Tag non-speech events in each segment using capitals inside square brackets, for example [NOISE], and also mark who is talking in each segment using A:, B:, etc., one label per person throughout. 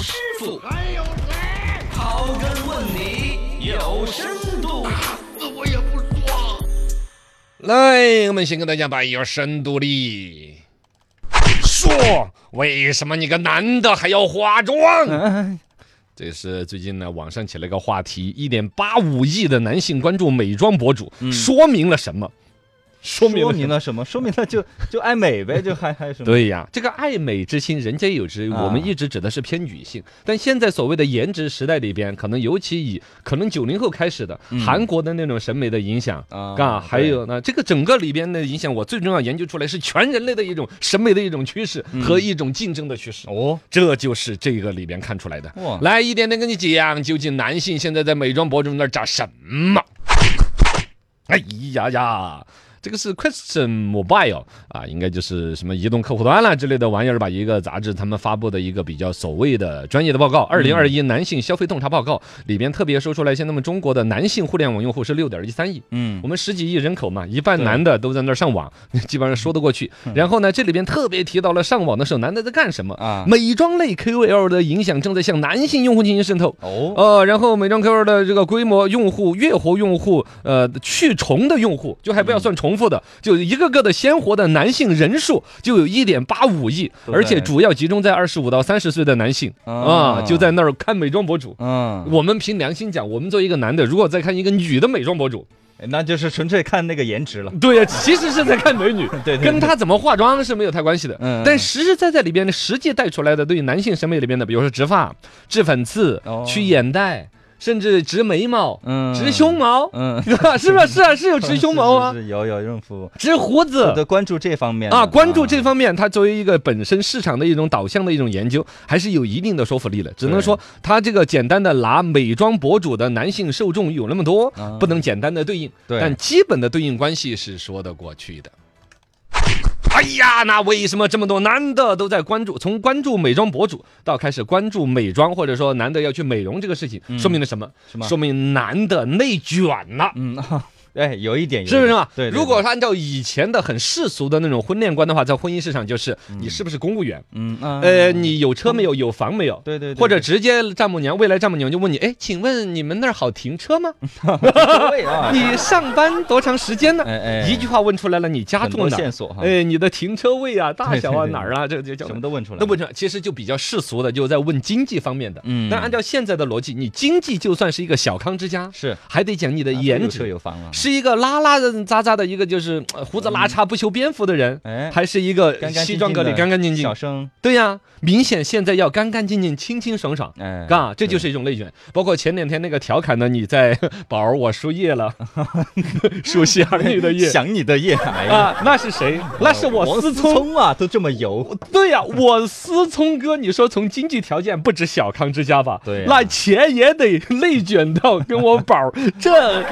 A: 师傅，还有谁？刨根问底有深度。
B: 我也不说。
A: 来，我们先跟大家摆一下深度的。说，为什么你个男的还要化妆？这是最近呢，网上起了个话题，一点八五亿的男性关注美妆博主，说明了什么？嗯说明
C: [LAUGHS] 说
A: 了什
C: 明
A: 么？
C: 了什么？说明了就就爱美呗，就还还什么？
A: 对呀，这个爱美之心，人皆有之。
C: 啊
A: 我们一直指的是偏女性，但现在所谓的颜值时代里边，可能尤其以可能九零后开始的韩国的那种审美的影响
C: 嗯啊
A: 啊，还
C: 对
A: 有呢，这个整个里边的影响，我最重要研究出来是全人类的一种审美的一种趋势和一种竞争的趋势。
C: 嗯哦，
A: 这就是这个里边看出来的
C: 哇。
A: 来一点点跟你讲，究竟男性现在在美妆博主那儿找什么？哎呀呀！这个是 Question Mobile 啊，应该就是什么移动客户端啦啊之类的玩意儿吧？一个杂志他们发布的一个比较所谓的专业的报告，《二零二一男性消费洞察报告》里边特别说出来，像他们中国的男性互联网用户是六点一三亿，
C: 嗯
A: 我们十几亿人口嘛，一半男的都在那儿上网， [LAUGHS] 基本上说得过去。然后呢，这里边特别提到了上网的时候，男的在干什么
C: 嗯啊
A: 美妆类 KOL 的影响正在向男性用户进行渗透。
C: 哦，
A: 呃，然后美妆 KOL 的这个规模、用户、月活用户、呃去重的用户，就还不要算重复的，
C: 嗯
A: 就一个个的鲜活的男性人数就有一点八五亿，
C: 对
A: 而且主要集中在二十五到三十岁的男性啊、
C: 啊
A: 就在那儿看美妆博主。
C: 嗯，
A: 我们凭良心讲，我们作为一个男的，如果再看一个女的美妆博主，
C: 那就是纯粹看那个颜值了。 [LAUGHS]
A: 对呀，其实是在看美女，
C: 对对对
A: 跟她怎么化妆是没有太关系的。
C: 嗯嗯
A: 但实实在在里边的实际带出来的，对于男性审美里边的，比如说植发、治粉刺、
C: 哦
A: 去眼袋，甚至植眉毛、
C: 嗯
A: 植胸毛， [LAUGHS]
C: 嗯，
A: 是吧？是啊，是有植胸毛啊
C: [LAUGHS] 是，是是有有这种服务，
A: 植胡
C: 我
A: 子。
C: 的关注这方面
A: 啊，关注
C: 啊
A: 这方面，它作为一个本身市场的一种导向的一种研究，还是有一定的说服力的。只能说，它这个简单的拿美妆博主的男性受众有那么多
C: 啊，
A: 不能简单的对应，
C: 对
A: 但基本的对应关系是说得过去的。哎呀，那为什么这么多男的都在关注？从关注美妆博主到开始关注美妆，或者说男的要去美容这个事情，
C: 嗯
A: 说明了什么？
C: 是吗
A: 说明男的内卷了。
C: 嗯啊，哎，有一点，有一
A: 是不是
C: 点
A: 嘛？
C: 对，对
A: 如果
C: 对
A: 按照以前的很世俗的那种婚恋观的话，在婚姻市场就是你是不是公务员？
C: 嗯啊，
A: 呃，你有车没有？有房没有？
C: 对对对
A: 或者直接丈母娘，未来丈母娘就问你，哎，请问你们那儿好停车吗？
C: 嗯对啊，
A: [LAUGHS] 你上班多长时间呢？
C: 哎哎
A: 一句话问出来了，你家
C: 很
A: 住
C: 多
A: 哪儿？
C: 线索哈，
A: 哎，你的停车位啊，大
C: 对
A: 小
C: 对 [LAUGHS]
A: 啊，
C: 对
A: 哪儿啊，这这叫
C: 什么都问出来
A: 都
C: 了，
A: 不知道。其实就比较世俗的，就在问经济方面的。
C: 嗯
A: 但按照现在的逻辑，你经济就算是一个小康之家，
C: 是
A: 还得讲你的
C: 啊
A: 颜
C: 有车
A: 值。
C: 有房啊，
A: 是一个拉拉杂杂的一个就是呃胡子拉碴不修边幅的人，
C: 嗯哎
A: 还是一个
C: 干干净净的
A: 西装革履干干净净
C: 小？生，
A: 对呀、明显现在要干干净净、清清爽爽。
C: 哎，
A: 嘎，这就是一种内卷。包括前两天那个调侃的，你在宝儿，我输液
C: [LAUGHS]
A: 了， [LAUGHS] 属想你的液
C: 想你的夜海呀。
A: 啊，那是谁？那是我
C: 王
A: 思
C: 思
A: 聪。
C: 聪啊，都这么油，
A: 对呀、我思聪哥，你说从经济条件不止小康之家吧？
C: 对呀
A: 那钱也得内卷到跟我宝儿
C: [LAUGHS]
A: 这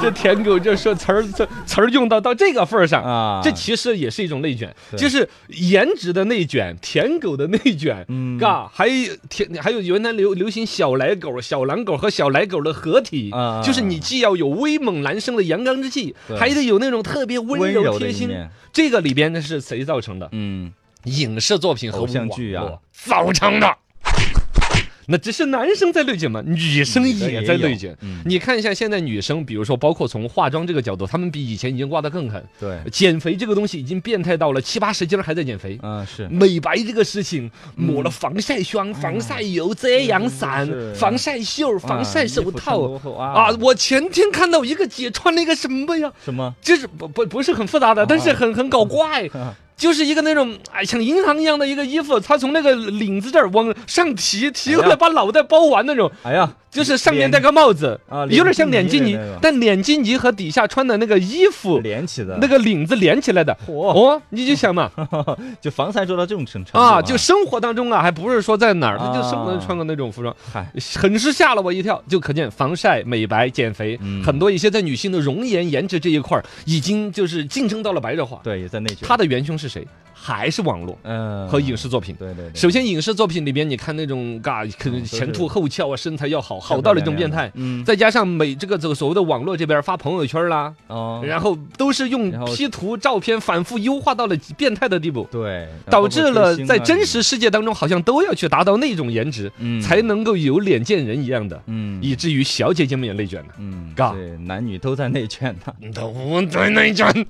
A: 这舔狗这说词儿词词儿用到到这个份儿上
C: 啊
A: 这其实也是一种内卷，
C: 对
A: 就是颜值的内卷，舔狗的内卷，
C: 嗯
A: 嘎，还舔还有原来流流行小奶狗、小狼狗和小奶狗的合体，
C: 啊
A: 就是你既要有威猛男生的阳刚之气，
C: 对
A: 还得有那种特别温
C: 温柔
A: 柔
C: 的
A: 贴
C: 一
A: 心
C: 面。
A: 这个里边呢是谁造成的？
C: 嗯，
A: 影视作品和
C: 偶像剧啊
A: 网络造成的。那只是男生在内卷嘛，女生也在内卷。
C: 嗯
A: 你看一下现在女生，比如说包括从化妆这个角度，她们比以前已经挂得更狠。
C: 对，
A: 减肥这个东西已经变态到了七八十斤了还在减肥。
C: 嗯是，
A: 美白这个事情，抹了防晒霜、防晒油、遮阳伞、
C: 嗯是嗯
A: 防晒袖、防晒手
C: 啊衣
A: 套
C: 服穿多厚
A: 啊
C: 啊！
A: 我前天看到一个姐穿了一个什么呀？
C: 什么？
A: 就是不不不是很复杂
C: 啊
A: 的，但是很很搞怪，就是一个那种哎像银行一样的一个衣服，它从那个领子这儿往上提，提过
C: 哎
A: 来
C: 呀
A: 把脑袋包完那种。
C: 哎呀，
A: 就是上面戴个帽子
C: 啊
A: 有点像脸
C: 脸
A: 基
C: 基尼
A: 尼
C: 的那，种
A: 但脸基尼和底下穿的那个衣服
C: 连起的
A: 那个领子连起来的。
C: 嚯，
A: 哦，你就想
C: [LAUGHS]
A: 嘛
C: 就防晒做到这种程程度
A: 啊，就生活当中啊，还不是说在哪儿，他就
C: 啊
A: 生活中穿个那种服装，
C: 嗨，
A: 很是吓了我一跳。就可见防晒、美白、减肥，
C: 嗯
A: 很多一些在女性的容颜、颜值这一块儿，已经就是竞争到了白热化。
C: 对，也在内卷。
A: 他的元凶是谁？还是网络
C: 嗯，
A: 和影视作品。
C: 对对对，
A: 首先，影视作品里边，你看那种嘎，可能
C: 都是
A: 前凸后翘啊，嗯身材要好，好到了一种变态。
C: 嗯，
A: 再加上美这个这个所谓的网络这边发朋友圈啦，
C: 哦，
A: 嗯然后都是
C: 然
A: 用
C: 后
A: P 图、照片反复优化到了变态的地步，
C: 对，
A: 导致了在真
C: 啊
A: 实世界当中好像都要去达到那种颜值，才能够有脸见人一样的，
C: 嗯
A: 以至于小姐姐们也内卷了。
C: 嗯，
A: 嘎
C: 对，男女都在内卷呢，
A: 嗯都在内卷， [LAUGHS]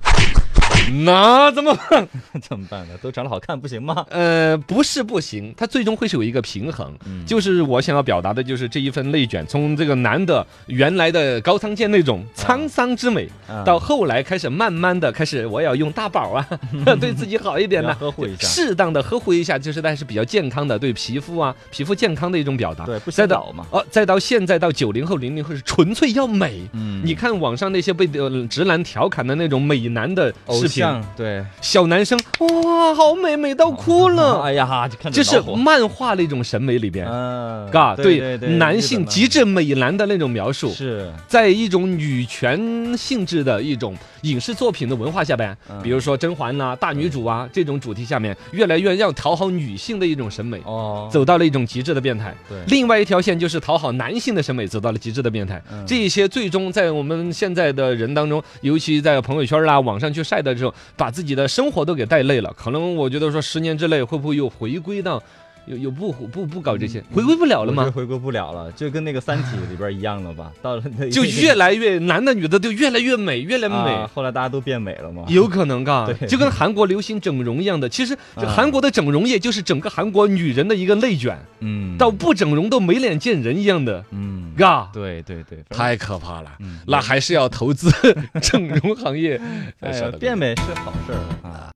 A: 那怎么办？
C: 怎么办呢？都长得好看不行吗？
A: 呃，不是不行，它最终会是有一个平衡。
C: 嗯
A: 就是我想要表达的，就是这一份内卷，从这个男的原来的高仓健那种沧桑之美，
C: 啊
A: 到后来开始慢慢的开始，我要用大宝
C: [LAUGHS]
A: 啊，对自己好一点
C: 要
A: 呢、
C: 呵护一下
A: 适当的呵护一下，就是但是比较健康的对皮肤啊、皮肤健康的一种表达。
C: 对不
A: 再
C: 洗
A: 到
C: 澡嘛
A: 哦，再到现在到九零后、零零后是纯粹要美。
C: 嗯
A: 你看网上那些被呃直男调侃的那种美男的
C: 偶
A: 视频，
C: 像对，
A: 小男生哇，好美，美到哭了。
C: 哎呀，就
A: 嗯
C: 看着
A: 就是
C: 恼火
A: 漫画那种审美里边，
C: 嗯，
A: 嘎，
C: 对对，
A: 啊男性极
C: 极
A: 致美男的那种描述，
C: 是
A: 在一种女权性质的一种影视作品的文化下边
C: 嗯，
A: 比如说甄嬛呐、大女主啊这种主题下面，越来越要讨好女性的一种审美。
C: 哦，
A: 走到了一种极致的变态
C: 对，
A: 另外一条线就是讨好男性的审美，走到了极致的变态
C: 嗯。
A: 这些最终在我们现在的人当中，尤其在朋友圈啦、网上去晒的时候，把自己的生活都给带累了。可能我觉得说，十年之内会不会又回归到，有有不不不搞这些，嗯回归不了了
C: 我觉得
A: 吗？
C: 回归不了了，就跟那个《三体》里边一样
A: [LAUGHS]
C: 了吧？到了那
A: 就越来越男的女的都越来越美，越来越美。哎
C: 啊，后来大家都变美了嘛？
A: 有可能嘎，
C: 对
A: 就跟韩国流行整容一样的，其实这
C: 啊
A: 韩国的整容业就是整个韩国女人的一个内卷，
C: 嗯，
A: 到不整容都没脸见人一样的，
C: 嗯，
A: 嘎。
C: 对对对，哎反正
A: 太可怕了，
C: 嗯
A: [LAUGHS] 那还是要投资整容行业。
C: 哎
A: 哎
C: 呀
A: 呀，
C: 变美是好事儿啊。